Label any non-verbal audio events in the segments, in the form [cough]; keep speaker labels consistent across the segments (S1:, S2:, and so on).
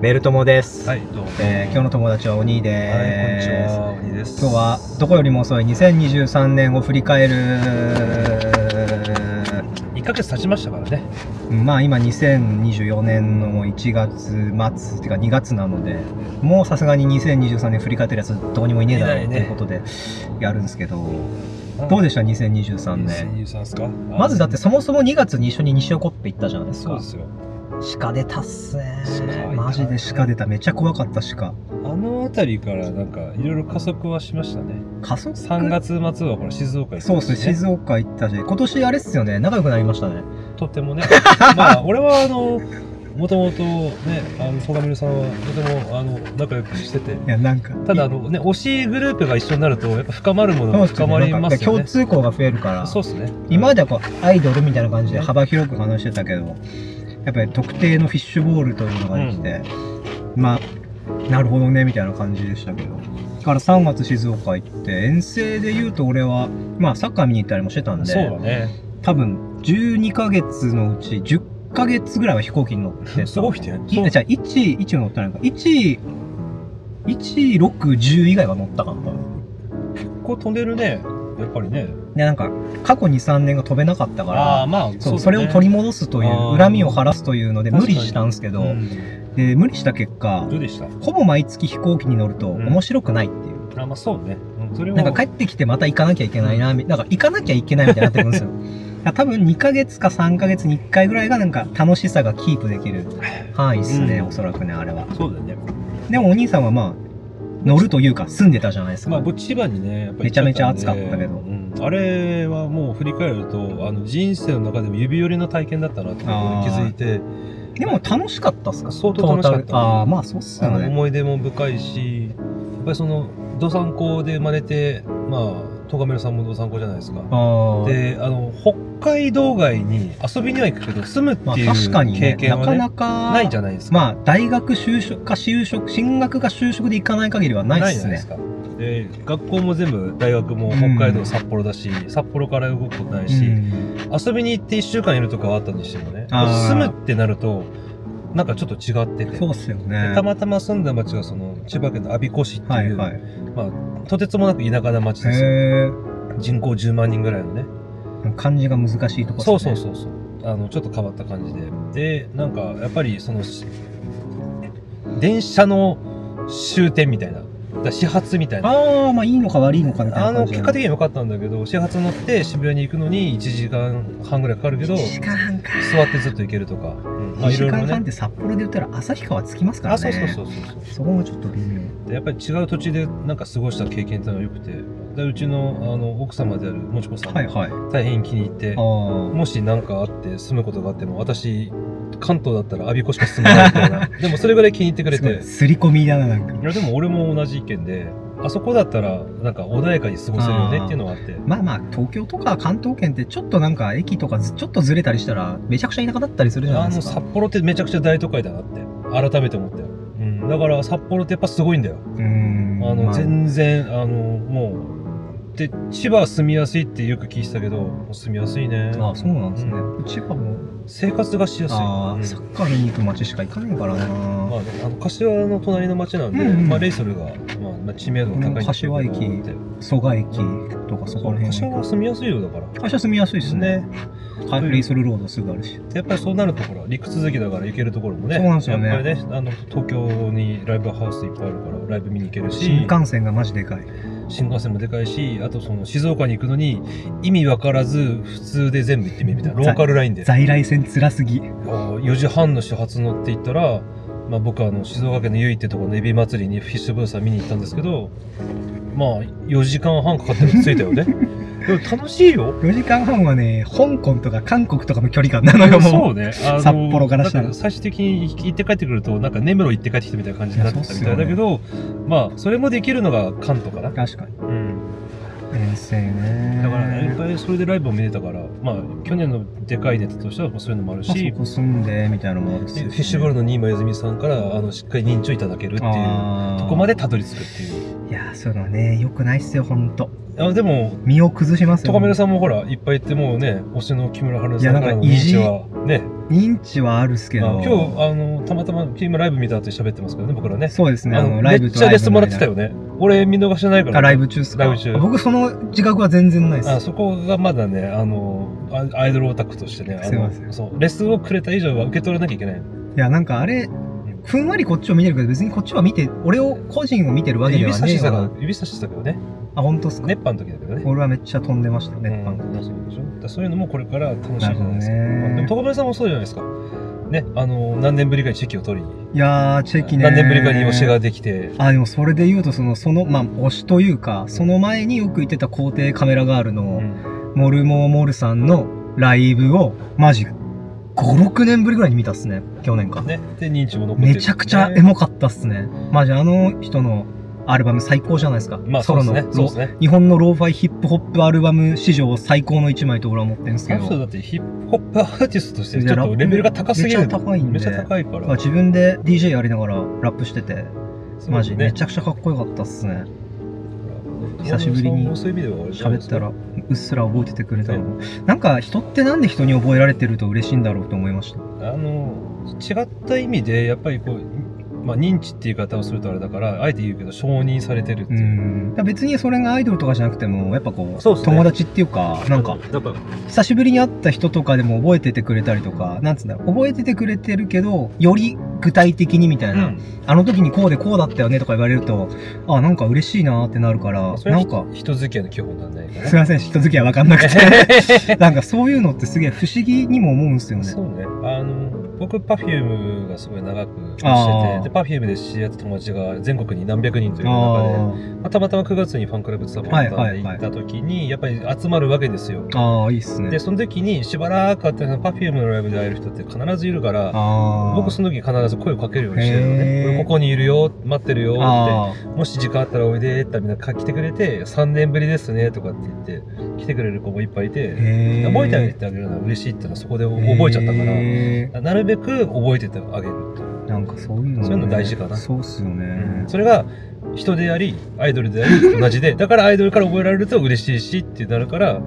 S1: メル友です、
S2: はい、どうも。
S1: えー今日の友達はお兄で
S2: はい、こん
S1: す
S2: にち、は、鬼です。
S1: 今日はどこよりも遅い2023年を振り返る
S2: 一ヶ月経ちましたからね。
S1: まあ今2024年の1月末っていうか2月なのでもうさすがに2023年振り返ってるやつどこにもいねえだろう
S2: い
S1: と
S2: ない
S1: い
S2: ね
S1: うことでやるんですけどどうでした2023年
S2: 年。ですか。
S1: まずだってそもそも2月に一緒に西横って行ったじゃないです
S2: そう
S1: か
S2: ですよ。
S1: 鹿出たっすね
S2: 鹿いた
S1: マジで鹿出ためっちゃ怖かった鹿
S2: あの辺りからなんかいろいろ加速はしましたね。
S1: 加速
S2: 三月末はほら静岡行って
S1: そう
S2: ま
S1: っ
S2: し
S1: す
S2: た
S1: ね
S2: しね
S1: 静岡行ったし今年あれっすよね仲良くなりましたね
S2: とてもね。 [laughs] まあ俺はあのもともとねあのソガミルさんはとてもあの仲良くしてて。
S1: いやなんか
S2: ただあのね推しグループが一緒になるとやっぱ深まるものが深まりますよ
S1: 共
S2: ね。
S1: 通項が増えるから
S2: そうですね。
S1: 今まではこうアイドルみたいな感じで幅広く話してたけどやっぱり特定のフィッシュボールというのができて、まあなるほどねみたいな感じでしたけどだから3月静岡行って遠征で言うと俺はまあサッカー見に行ったりもしてたんで
S2: そうだね。
S1: 多分12ヶ月のうち10ヶ月ぐらいは飛行機に乗ってた
S2: すごいね
S1: い
S2: そう
S1: じゃあ1、1は乗ってないのか。1、1、6、10以外は乗ったかな。
S2: こう飛んでるね。やっぱりね。
S1: で、なんか、過去2、3年が飛べなかったか
S2: ああー
S1: ら、
S2: まあ
S1: そうう
S2: だね
S1: それを取り戻すとい
S2: あ
S1: う、
S2: ー
S1: 恨みを晴らすというので、無
S2: 確かに
S1: 理したんですけど、
S2: うん
S1: で無理した結果、
S2: どうでした
S1: ほぼ毎月飛行機に乗ると
S2: ん
S1: 面白くないっていう。
S2: あまあそうね、うん、それは
S1: なんか帰ってきてまた行かなきゃいけないな、みなんか行かなきゃいけないみたいになってくるんです
S2: [laughs]
S1: よ。だから多分2ヶ月か3ヶ月に1回ぐらいがなんか楽しさがキープできる範囲ですね、
S2: うん
S1: おそらくね、あれは。
S2: そうだよね
S1: でもお兄さんはまあ、乗るというか住んでたじゃないですか。
S2: まあ僕千葉にねやっぱり
S1: めちゃめちゃ
S2: 行んで
S1: 暑かったけど
S2: うんあれはもう振り返るとあの人生の中でも指折りの体験だったなってことに気づいて
S1: でも楽しかったっすか
S2: 相当楽しかった
S1: トータルああ、まあそうっす
S2: あ
S1: よ
S2: の
S1: ね。
S2: 思い出も深いしやっぱりその道産高で生まれてまあ戸上さんも道産高じゃないですか
S1: ああ。
S2: であの北海道外に遊びには行くけど住む
S1: ま
S2: っ
S1: あ
S2: てい
S1: 確か
S2: う
S1: にね、
S2: 経
S1: な
S2: 験は
S1: か
S2: ね、
S1: なか、
S2: ないじゃないですか、
S1: まあ大学就職か就職、進学か就職で行かない限りはないっすね。
S2: じゃないですか。で学校も全部大学も北海道札幌だし、札幌から動くことないし、
S1: うん
S2: 遊びに行って1週間いるとかはあったにしてもね
S1: あー
S2: 住むってなるとなんかちょっと違ってて
S1: そうっすよね
S2: で。たまたま住んだ町がその千葉県の我孫子市って、
S1: はいいうはい。へ
S2: とてつもなく田舎な町ですよ
S1: え。
S2: 人口10万人ぐらいのね
S1: 漢字が難しいとこっす
S2: そ
S1: ね
S2: うそうそうそうあのちょっと変わった感じででなんかやっぱりそのし電車の終点みたいなだから始発みたいな
S1: ああ、まあいいのか悪いのかみたい
S2: あ
S1: な
S2: の
S1: 感じ
S2: 結果的には良かったんだけど始発乗って渋谷に行くのに1時間半ぐらいかかるけど
S1: 1時間半か。
S2: 座ってずっと行けるとか、うんまあ
S1: 1時
S2: いろいろ
S1: 間半っ
S2: ね
S1: て札幌で言ったら旭川着きますからね。
S2: あそうそうそうそうそう
S1: そこもちょっと微妙。
S2: でやっぱり違う土地でなんか過ごした経験っていうのは良くてでうちのあの奥様であるもちこさん、
S1: はいはい。
S2: 大変気に入って
S1: あ
S2: もし何かあって住むことがあっても私関東だったら我孫子しか住まないみた
S1: [laughs]
S2: いなでもそれぐらい気に入ってく
S1: あ。
S2: れ
S1: すご
S2: て
S1: い。すり込みだな、なんか。
S2: いやでも俺も同じ意見であそこだったらなんか穏やかに過ごせるよねっていうのはあって
S1: まあまあ、東京とか関東圏ってちょっとなんか駅とかずちょっとずれたりしたら、めちゃくちゃ田舎だったりするじゃな
S2: あ
S1: いで
S2: の
S1: す
S2: 札
S1: か。
S2: 幌ってめちゃくちゃ大都会だなって改めて思ったよ、うん、だから札幌ってやっぱすごいんだよ、
S1: うーん
S2: あの、
S1: ま
S2: 全然あのもうで千葉は住みやすいってよく聞いてたけどもう住みやすいね
S1: あ、そうなんですね
S2: う。
S1: 千葉も、
S2: 生活がしやすい
S1: あ
S2: う
S1: あ、
S2: ん
S1: サッカー見に行く街しか行かないからな。
S2: まあ、でもあの柏の隣の町なんで、
S1: うんうん
S2: まあ、レイソルが、まあまあ、知名度が高いんだけど
S1: 柏駅
S2: って
S1: 蘇我駅とかそこら辺
S2: 柏
S1: は。
S2: は住みやすいよだから
S1: 会社住みやすいですね。
S2: ね
S1: カレイソルロードすぐあるし。
S2: やっぱりそうなるとほら陸続きだから行けるところもね
S1: そうなんですよね
S2: やっぱりねあの東京にライブハウスいっぱいあるからライブ見に行けるし
S1: 新幹線がマジでかい。
S2: 新幹線もでかいしあとその静岡に行くのに意味わからず普通で全部行ってみるみたいなローカルラインで
S1: 在来線辛すぎ。
S2: あー4時半の始発乗って行ったら、まあ、僕はあの静岡県の由比ってところのエビ祭りにフィッシュブースター見に行ったんですけどまあ4時間半かかってるの着い
S1: [laughs]
S2: たよねでも楽しいよ
S1: 4時間半はね、香港とか韓国とかの距離感なのよ、
S2: そ
S1: も
S2: うねあの
S1: 札幌からしたら
S2: なん最終的に行って帰ってくるとなんか根室行って帰ってきたみたいな感じになってたみたいだけど、まあそれもできるのが関東かな
S1: う。、確かに。
S2: うん、
S1: 遠征ね。
S2: だからねいっぱいそれでライブを見れたからまあ去年のでかいネタとしてはまあそういうのもある
S1: あ
S2: し
S1: そこ住んで、みたいなのもあるし。
S2: フィッシュボールの新間泉さんからあのしっかり認知をいただけるっていう
S1: あー
S2: とこまでたどり着くっていう
S1: いやーそういうのはね良くないっすよほんと
S2: あでも
S1: 身を崩します
S2: ト
S1: よ
S2: カメラさんもほらいっぱい行ってもうね推しの木村春菜さんからの
S1: いやなんか意地
S2: 認知はね
S1: 認知はあるっすけ
S2: まあ
S1: ど
S2: 今日あのたまたま今ライブ見た後に喋ってますけどね僕らね
S1: そうですね
S2: あ
S1: あ
S2: の
S1: の
S2: め
S1: ライ
S2: っ
S1: ブと
S2: ちゃ
S1: ライブの間
S2: レスもらってたよね俺見逃してないから
S1: あライブ中っすか
S2: ライブ中
S1: 僕その自覚は全然ないです
S2: あそこがまだねあのアアイドルオタクとしてねあ
S1: すいま
S2: の
S1: せん
S2: そうレスをくれた以上は受け取らなきゃいけない
S1: いやなんかあれふんわりこっちを見てるけど別にこっちは見て俺を個人を見てるわけで
S2: 指
S1: は
S2: 差
S1: ねえ
S2: しさが
S1: よ
S2: 指差しさがね
S1: あ本当っすか、
S2: 熱波の時だけどね
S1: 俺はめっちゃ飛んでましたね、
S2: うんそうでしょだからそういうのもこれから楽しいじゃないですか
S1: なるほどね
S2: でも戸上さんもそうじゃないですかねあの何年ぶりかにチェキを取りに
S1: いやーチェキね
S2: 何年ぶりかに推しができて
S1: あでもそれで言うとそのそのまあ推しというかその前によく行ってた皇帝カメラガール
S2: う
S1: の
S2: ん
S1: モルモーモルさんのライブをマジ56年ぶりぐらいに見たっすね去年か
S2: ねで認知も残ってる
S1: めちゃくちゃエモかったっすねマジあの人のアルバム最高じゃないですか、
S2: まあ
S1: ソ
S2: そ
S1: ロ
S2: うです
S1: の
S2: ねそうですね
S1: 日本のローファイヒップホップアルバム史上最高の1枚と俺は思ってるんです
S2: あ
S1: け
S2: の人だ
S1: ど
S2: ってヒップホップアーティストとして
S1: い
S2: ち
S1: や
S2: ょっとレベルが高すぎる
S1: めっちゃ高いんで
S2: めっちゃ高いか
S1: まあ
S2: ら
S1: 自分で DJ やりながらラップしててマジめち
S2: ゃ
S1: ゃくちゃかっこよかったっすね久しぶりに喋ったらうっすら覚えててくれたのもなんか人ってなんで人に覚えられてると嬉しいんだろうと思いました
S2: あの違った意味でやっぱりこう、まあ、認知っていう言い方をするとあれだからあえて言うけど承認されてるって
S1: う
S2: いうん
S1: だから別にそれがアイドルとかじゃなくてもやっぱこう
S2: そうっすね
S1: 友達っていうかなんか
S2: だから
S1: 久しぶりに会った人とかでも覚えててくれたりとかなんつうんだろう覚えててくれてるけどより具体的にみたいな、
S2: うん
S1: あの時にこうでこうだったよねとか言われるとあなんか嬉しいなーってなるから
S2: それ
S1: な
S2: は
S1: んか
S2: 人付き合いの基本なんじゃない
S1: [laughs]
S2: か
S1: すいません人付き合いわかん
S2: [laughs]
S1: なくてなんかそういうのってすげえ不思議にも思うんですよ
S2: な
S1: ね
S2: そうねあの僕 Perfume がすごい長くしててで
S1: あー
S2: Perfume で知り合った友達が全国に何百人という中で
S1: あ
S2: まあ、たまたま9月にファンクラブツアー
S1: はいはいはい
S2: で行った時にやっぱり集まるわけですよ
S1: ーあーいいっすね
S2: でその時にしばらく会って Perfume のライブで会える人って必ずいるから
S1: あー
S2: 僕その時必ず声をかけるようにしてるのね
S1: へー
S2: 俺ここにいるよ待ってるよっ
S1: あ
S2: てもし時間あったらおいでってみんな来てくれて3年ぶりですねとかって言って来てくれる子もいっぱいい
S1: ー
S2: て
S1: へー
S2: 覚えてあげてあげるのは嬉しいってのはそこで覚えちゃったから
S1: へ
S2: なるべく覚えててあげる
S1: ーなんかそういうのね、
S2: そういうの大事かな
S1: そうっすよね、
S2: それが人でありアイドルであり同じでだからアイドルから覚えられると嬉しいしってなるから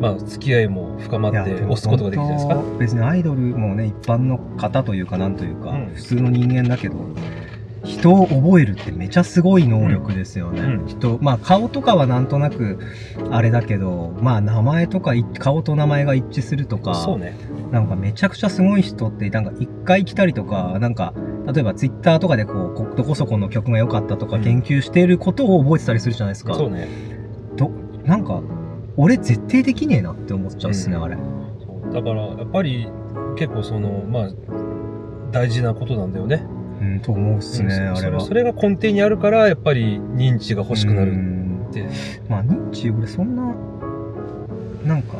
S2: まあ付き合いも深まって押すことができるじゃないですか
S1: すか別にアイドルもね一般の方というかなんというか、
S2: うん
S1: 普通の人間だけど人を覚えるってめちゃすごい能力ですよね、
S2: うん
S1: 人まあ顔とかはなんとなくあれだけどまあ名前とかい顔と名前が一致するとか
S2: そうね
S1: なんかめちゃくちゃすごい人ってなんか一回来たりとかなんか例えばツイッターとかでこうこどこそこの曲が良かったとか
S2: うん
S1: 研究していることを覚えてたりするじゃないですか、
S2: そうね
S1: なんか俺絶対できねえなって思っちゃうっすね、
S2: うん
S1: あれ
S2: そうだからやっぱり結構そのまあ大事なことなんだよね
S1: うんと思うっすね、
S2: うん
S1: あ
S2: そ
S1: れは
S2: そそれが根底にあるからやっぱり認知が欲しくな
S1: う
S2: る
S1: ん
S2: って
S1: まあ認知俺そんななんか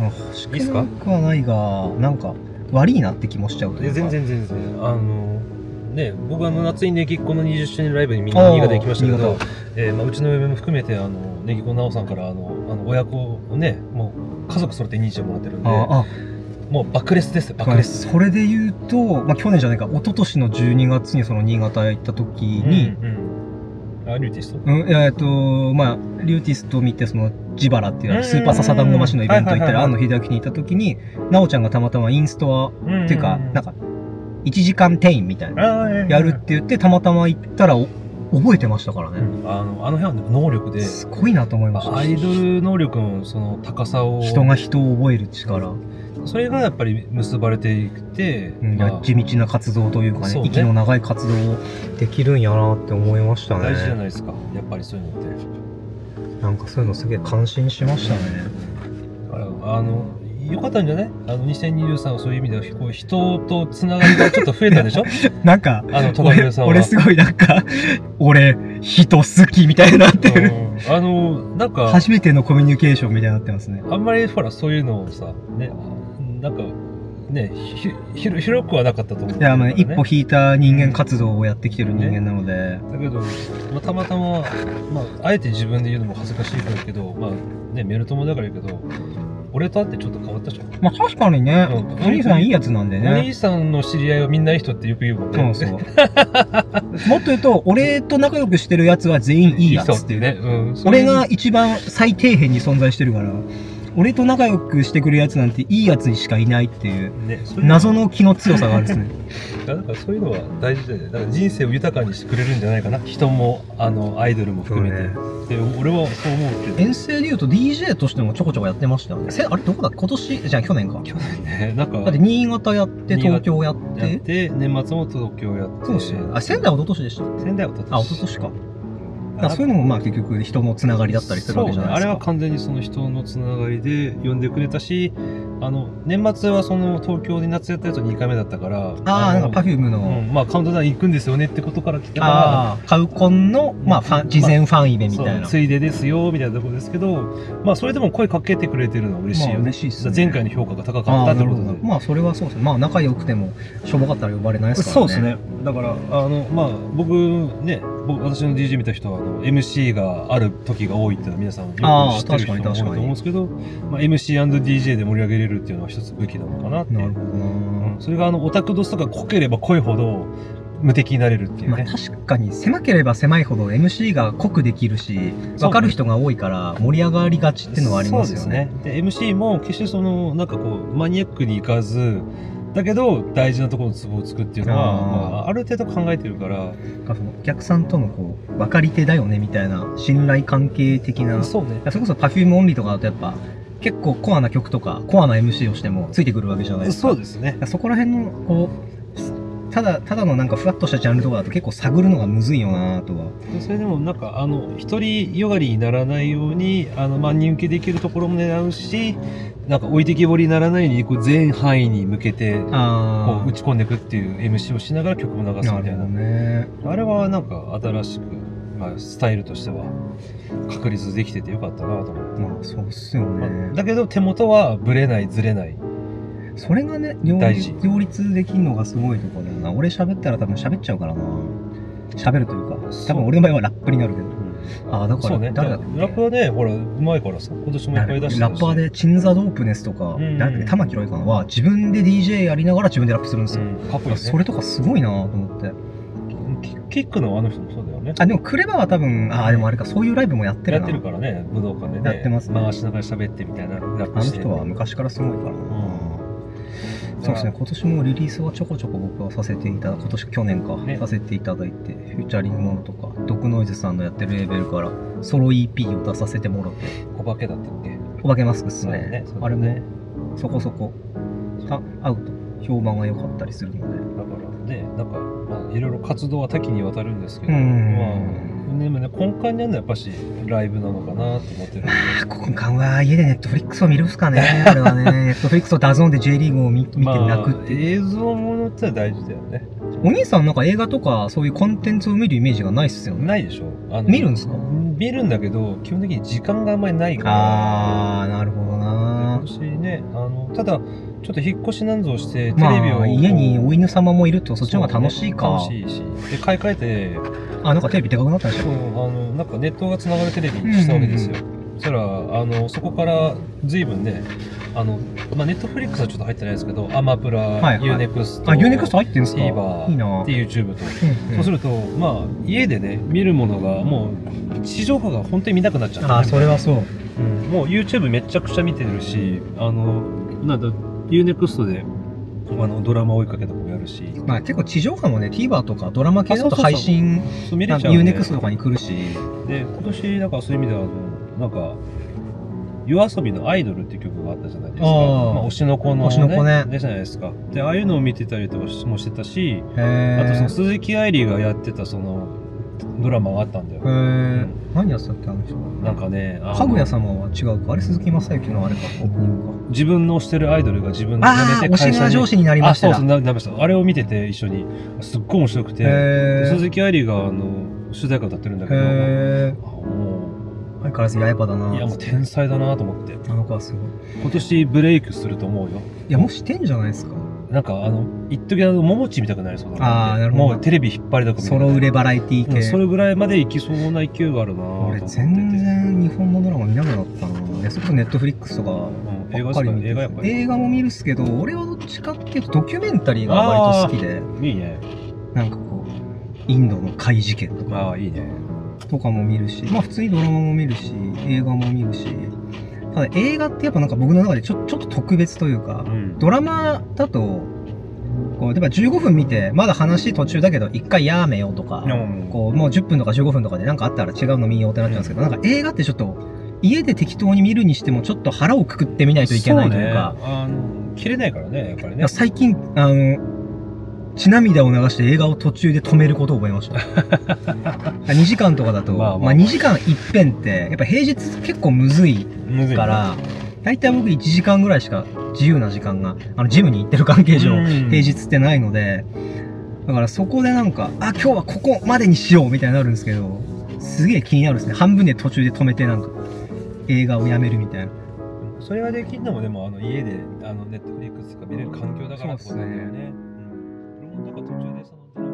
S1: あ欲しく
S2: いいっすか
S1: なくはないがなんか悪いなって気もしちゃうという
S2: で
S1: か
S2: 全然全然あのね僕あの夏にねぎっこの20周年ライブにみんな新潟で行きましたけ
S1: あ
S2: ど
S1: ー、
S2: えーまあ、うちの嫁も含めてあのねぎっこなおさんからあのあの親子をねもう家族揃って認知をもらってるんで
S1: ああ
S2: もう爆裂ですよ爆
S1: まあ
S2: 裂
S1: それで言うと、まあ、去年じゃないか一昨年の12月にその新潟へ行った時に、
S2: うんうん、あリューティスト
S1: うんえっとまあ、リューティストを見てそのジバラっていううんスーパーササダンゴマシのイベント行ったり
S2: はいはいはいはい
S1: 庵野秀明に行った時に奈緒ちゃんがたまたまインストアっていうか、なん
S2: か
S1: か1時間店員みたいなやるって言ってたまたま行ったらお覚えてましたからね、
S2: あのあの辺は能力です
S1: ごいなと思いました
S2: アイドル能力のその高さを
S1: 人が人を覚える力、
S2: それがやっぱり結ばれていって、
S1: うん
S2: まあ
S1: 地道な活動というかね
S2: そうね
S1: 息の長い活動をできるんやなって思いましたね
S2: 大事じゃないですかやっぱりそういうのって
S1: なんかそういうのすげえ感心しましたね。
S2: だからあのよかったんじゃないあの2023はそういう意味ではこう人とつながりがちょっと増え
S1: [laughs]
S2: たでしょ
S1: なんか、
S2: あの戸上
S1: 俺
S2: さんは
S1: 俺すごいなんか、 [laughs] 俺、人好きみたいになってる。
S2: うんあのなんか
S1: 初めてのコミュニケーションみたいになってますね。
S2: あんまりほらそういうのをさねなんかねひひろ広くはなかったと思う、
S1: いや、まあ、一歩
S2: だ
S1: 引いた人間活動をやってきてる人間なので、
S2: けど、まあ、たまたま、まあ、あえて自分で言うのも恥ずかしいからけどまあねメルトモだから言うけど俺と会ってちょっと変わったじゃん、
S1: まあ確かにね、
S2: うん
S1: お兄さんいいやつなんで
S2: お
S1: ね。
S2: 兄さんの知り合いはみんないい人ってよく言うもんね、
S1: そうそう。もっと言うと、俺と仲良くしてるやつは全員いいやつっていうね。
S2: 人うん、そうい
S1: 俺
S2: う
S1: が一番最底辺に存在してるから、俺と仲良くしてくるやつなんていいやつにしかいないっていう、
S2: ね、そういう
S1: 謎の気の強さがあるんですね。
S2: なんかそういうのは大事だよねだから人生を豊かにしてくれるんじゃないかな人もあのアイドルも含めて、で俺はそう思うけど
S1: 遠征で言うと DJ としてもちょこちょこやってましたよね。せあれどこだっけ今年じゃあ去年か。
S2: 去年ねなんか
S1: だって新潟やって、東京やっ。
S2: やってて年末も東京やって
S1: そうですね。あ、仙台は一昨年でした。
S2: 仙台は一昨
S1: あ、
S2: 年
S1: 一昨年か。だからそういうのもまあ結局人のつながりだったりするわけじゃないです
S2: そうねあれは
S1: か。
S2: 完全にその人のつながりで呼んでくれたしあの年末はその東京で夏やったやつ2回目だったから
S1: ああー、
S2: の
S1: なんか Perfume の。
S2: うん、まあカウントダウン行くんですよねってことから来たから
S1: ああ、カウコンの、まあ、ファン、事前ファンイベみたい
S2: そ
S1: な。
S2: うついでですよみたいなところですけどまあそれでも声かけてくれてるのは嬉しいよ
S1: まあ
S2: ね,、
S1: 嬉しいっすね
S2: 前回の評価が高か
S1: あ
S2: っ
S1: あ
S2: た
S1: な
S2: って
S1: る
S2: こ
S1: ほ
S2: と
S1: ど
S2: で
S1: なまあ、それはそうですね。まあ、仲良くても、しょぼかったら呼ばれないですからね。
S2: そうですね。だから、あの、まあ、僕、ね、僕、私の DJ 見た人は、あの、MC がある時が多いっていうのは皆さんよく
S1: あー
S2: 知ってる人
S1: 確かに
S2: も多いと
S1: 確
S2: 思
S1: か
S2: うん
S1: に
S2: ですけど、まあ、MC&DJ で盛り上げれるっていうのは一つ武器なのかなってい
S1: な
S2: う
S1: るほど
S2: うん
S1: な。
S2: それが、あの、オタク度数が濃ければ濃いほど、無敵になれるっていう
S1: まあ、
S2: ね。
S1: 確かに狭ければ狭いほど MC が濃くできるし分かる人が多いから盛り上がりがちっていうのはありますよね。
S2: そうですね。で、MC も決してその、なんかこう、マニアックにいかず、だけど、大事なところのツボをつくっていうの
S1: あ
S2: は、
S1: ー
S2: まあ、ある程度考えてるから、
S1: なんかそのお客さんとのこう分かり手だよねみたいな信頼関係的なそ
S2: そうね。
S1: れこそ Perfume オンリーとかだとやっぱ結構コアな曲とかコアな MC をしてもついてくるわけじゃないですか。
S2: そうですね。
S1: そこら辺のこうただただのなんかふわっとしたジャンルとかだと結構探るのがむずいよなとは
S2: それでもなんかあの一人よがりにならないようにあの万人受けできるところも狙うしなんか置いてきぼりにならないようにこう全範囲に向けてこ
S1: あ
S2: う打ち込んでいくっていう MC をしながら曲も流す
S1: な
S2: みた
S1: る
S2: い
S1: ほど
S2: な
S1: ね
S2: あれはなんか新しく、まあ、スタイルとしては確立できててよかったなと思って、
S1: まあそうっすよね、
S2: まあだけど手元はブレないずれない
S1: それがね両
S2: 大
S1: 立
S2: 事
S1: 両立できるのがすごいところだな俺喋ったら多分喋っちゃうからな喋るというか
S2: そう
S1: 多分俺の場合はラップになるけどああだか
S2: そう
S1: ら
S2: ね
S1: 誰だ
S2: ラ
S1: っけ
S2: ップはねほらうまいからさ今年もいっぱい出して
S1: ラッパーで「チン・ザ・ドープネス」とか
S2: んうん
S1: 誰だっけ玉木ロイかなは自分で DJ やりながら自分でラップするんです
S2: う
S1: よ、
S2: んかっこいいよね
S1: それとかすごいなと思って
S2: キキックのあの人もそうだよね
S1: あでもクレバは多分ああでもあれかそういうライブもやって
S2: や
S1: る
S2: っ
S1: な
S2: てるからね武道館でね
S1: やってますね
S2: 回しながら喋ってみたいなラッ
S1: あ
S2: プ
S1: の
S2: して
S1: 人は昔からすごいからな、そうですね今年もリリースはちょこちょこ僕はさせていただ今年去年か、
S2: ね
S1: させていただいてフューチャリングものとかドクノイズさんのやってるレーベルからソロ EP を出させてもらって
S2: 小化けだったっけ
S1: お化けマスクっす
S2: そうだ
S1: ね
S2: ねそうだね
S1: あれもそこそこた合うと評判が良かったりするので
S2: だからねなんかまあいろいろ活動は多岐にわたるんですけど、
S1: うん
S2: まあねまあね根幹にあるのはやっぱしライブなのかなと思ってるんで
S1: あここ間は家でネットフリックスを見るっすかねあれはねネ
S2: [laughs]
S1: ットフリックスをダゾーンで J リーグを [laughs] 見見て泣くっていう、
S2: まあ、映像ものってのは大事だよね
S1: お兄さんなんか映画とかそういうコンテンツを見るイメージがないっすよね
S2: ないでしょあの
S1: 見るんですか
S2: 見るんだけど基本的に時間があんまりないから
S1: あーなるほどな
S2: 今年ねあのただちょっと引っ越しなんぞをしてテ
S1: ま
S2: レビを、
S1: あ家にお犬様もいるとそっちの方が楽しいか、
S2: そうね楽しいしで買い替えて
S1: あなんかテレビでかくなったんでし
S2: そう
S1: ょ
S2: あのなんかネットがつながるテレビにしたわけですよ、そしたらあのそこから随分ねあの、まあ、ネットフリックスはちょっと入ってないですけどアマプラ、
S1: はいはい
S2: ユーネクスト
S1: あユーネクスト入ってるんですか
S2: TVer
S1: いいな
S2: で YouTube と、
S1: うん
S2: そうするとまあ家でね見るものがもう地上波が本当に見なくなっちゃった
S1: あそれはそう
S2: うんもう YouTube めちゃくちゃ見てるしあのなんだ UNEXT であのドラマ追いかけとかもやるし
S1: まあ結構地上波もね TVer とかドラマ系だと
S2: あそうそうそう
S1: 配信
S2: そう見
S1: ユ
S2: れちゃうん
S1: ー
S2: で
S1: ネクストとかに来るし
S2: で今年なんかそういう意味ではあのなんか夜遊びのアイドルっていう曲があったじゃないですか。
S1: あー
S2: まあ、推しの子の、ね。
S1: 推しの子ね
S2: でじゃないですか。で、ああいうのを見てたりとかもしてたし、
S1: へえ
S2: あとその鈴木愛理がやってたそのドラマがあったんだよ。
S1: へえ何やってたっけあの人
S2: なんかね、あの
S1: かぐや様は違うかあれ鈴木雅之のあれかオープニングか
S2: 自分の推してるアイドルが自分で
S1: ああ推しが上司になりま
S2: あ、
S1: した
S2: そうそう、
S1: へ
S2: ななりました。あれを見てて一緒に、すっごい面白くて、で
S1: え
S2: 鈴木愛理があの主題歌歌ってるんだけど、
S1: へえ
S2: あも
S1: 相変わらずやっぱだ
S2: う、いや
S1: な
S2: もう天才だなと思って。
S1: あの子はすごい
S2: 今年ブレイクすると思うよ
S1: いやもうしてんじゃないですか
S2: なんかあの一時あのももちみたくなりそうだ
S1: あーなるほど
S2: もうテレビ引っ張りだこみた
S1: ソ
S2: いな
S1: ロ売れバラエティ
S2: う
S1: 系
S2: んそれぐらいまで行きそうな勢いがあるなぁと思って
S1: 俺
S2: て
S1: 全然日本のドラマ見なくなったなえそれこそネットフリックスとか
S2: うん映
S1: ばっ
S2: 画
S1: か
S2: っす
S1: り
S2: か
S1: 見
S2: ね
S1: て
S2: 映画や
S1: て
S2: っぱり
S1: 映画も見るっすけど俺はどっちかっていうとドキュメンタリーが割と好きで
S2: いいね
S1: なんかこうインドの怪事件とか
S2: ああいいね
S1: とかも見るしまあ普通にドラマも見るし映画も見るしただ映画ってやっぱなんか僕の中でちょちょっと特別というか
S2: うん
S1: ドラマだとこう例えば15分見てまだ話途中だけど一回やめようとか
S2: うん
S1: こうもう10分とか15分とかで何かあったら違うの見ようってなっちゃうんですけど、なんか映画ってちょっと家で適当に見るにしてもちょっと腹をくくってみないといけないというか
S2: そうねあの切れないからねやっぱりね
S1: 最近あの血涙を流して映画を途中で止めることを覚えました
S2: [laughs]
S1: 2時間とかだと、
S2: ま
S1: ま
S2: あ
S1: あ
S2: まあまあ
S1: 2時間一遍ってやっぱ平日結構むずい
S2: むずいね
S1: から大体僕1時間ぐらいしか自由な時間があのジムに行ってる関係上、
S2: うん
S1: 平日ってないのでだからそこでなんかあ今日はここまでにしようみたいになるんですけどすげえ気になるですね半分で途中で止めてなんか映画をやめるみたいな
S2: それができるのもでもあの家であのネットフリックスとか見れる環境だからってことだよね。うん俺もなんか途中でそのドラマ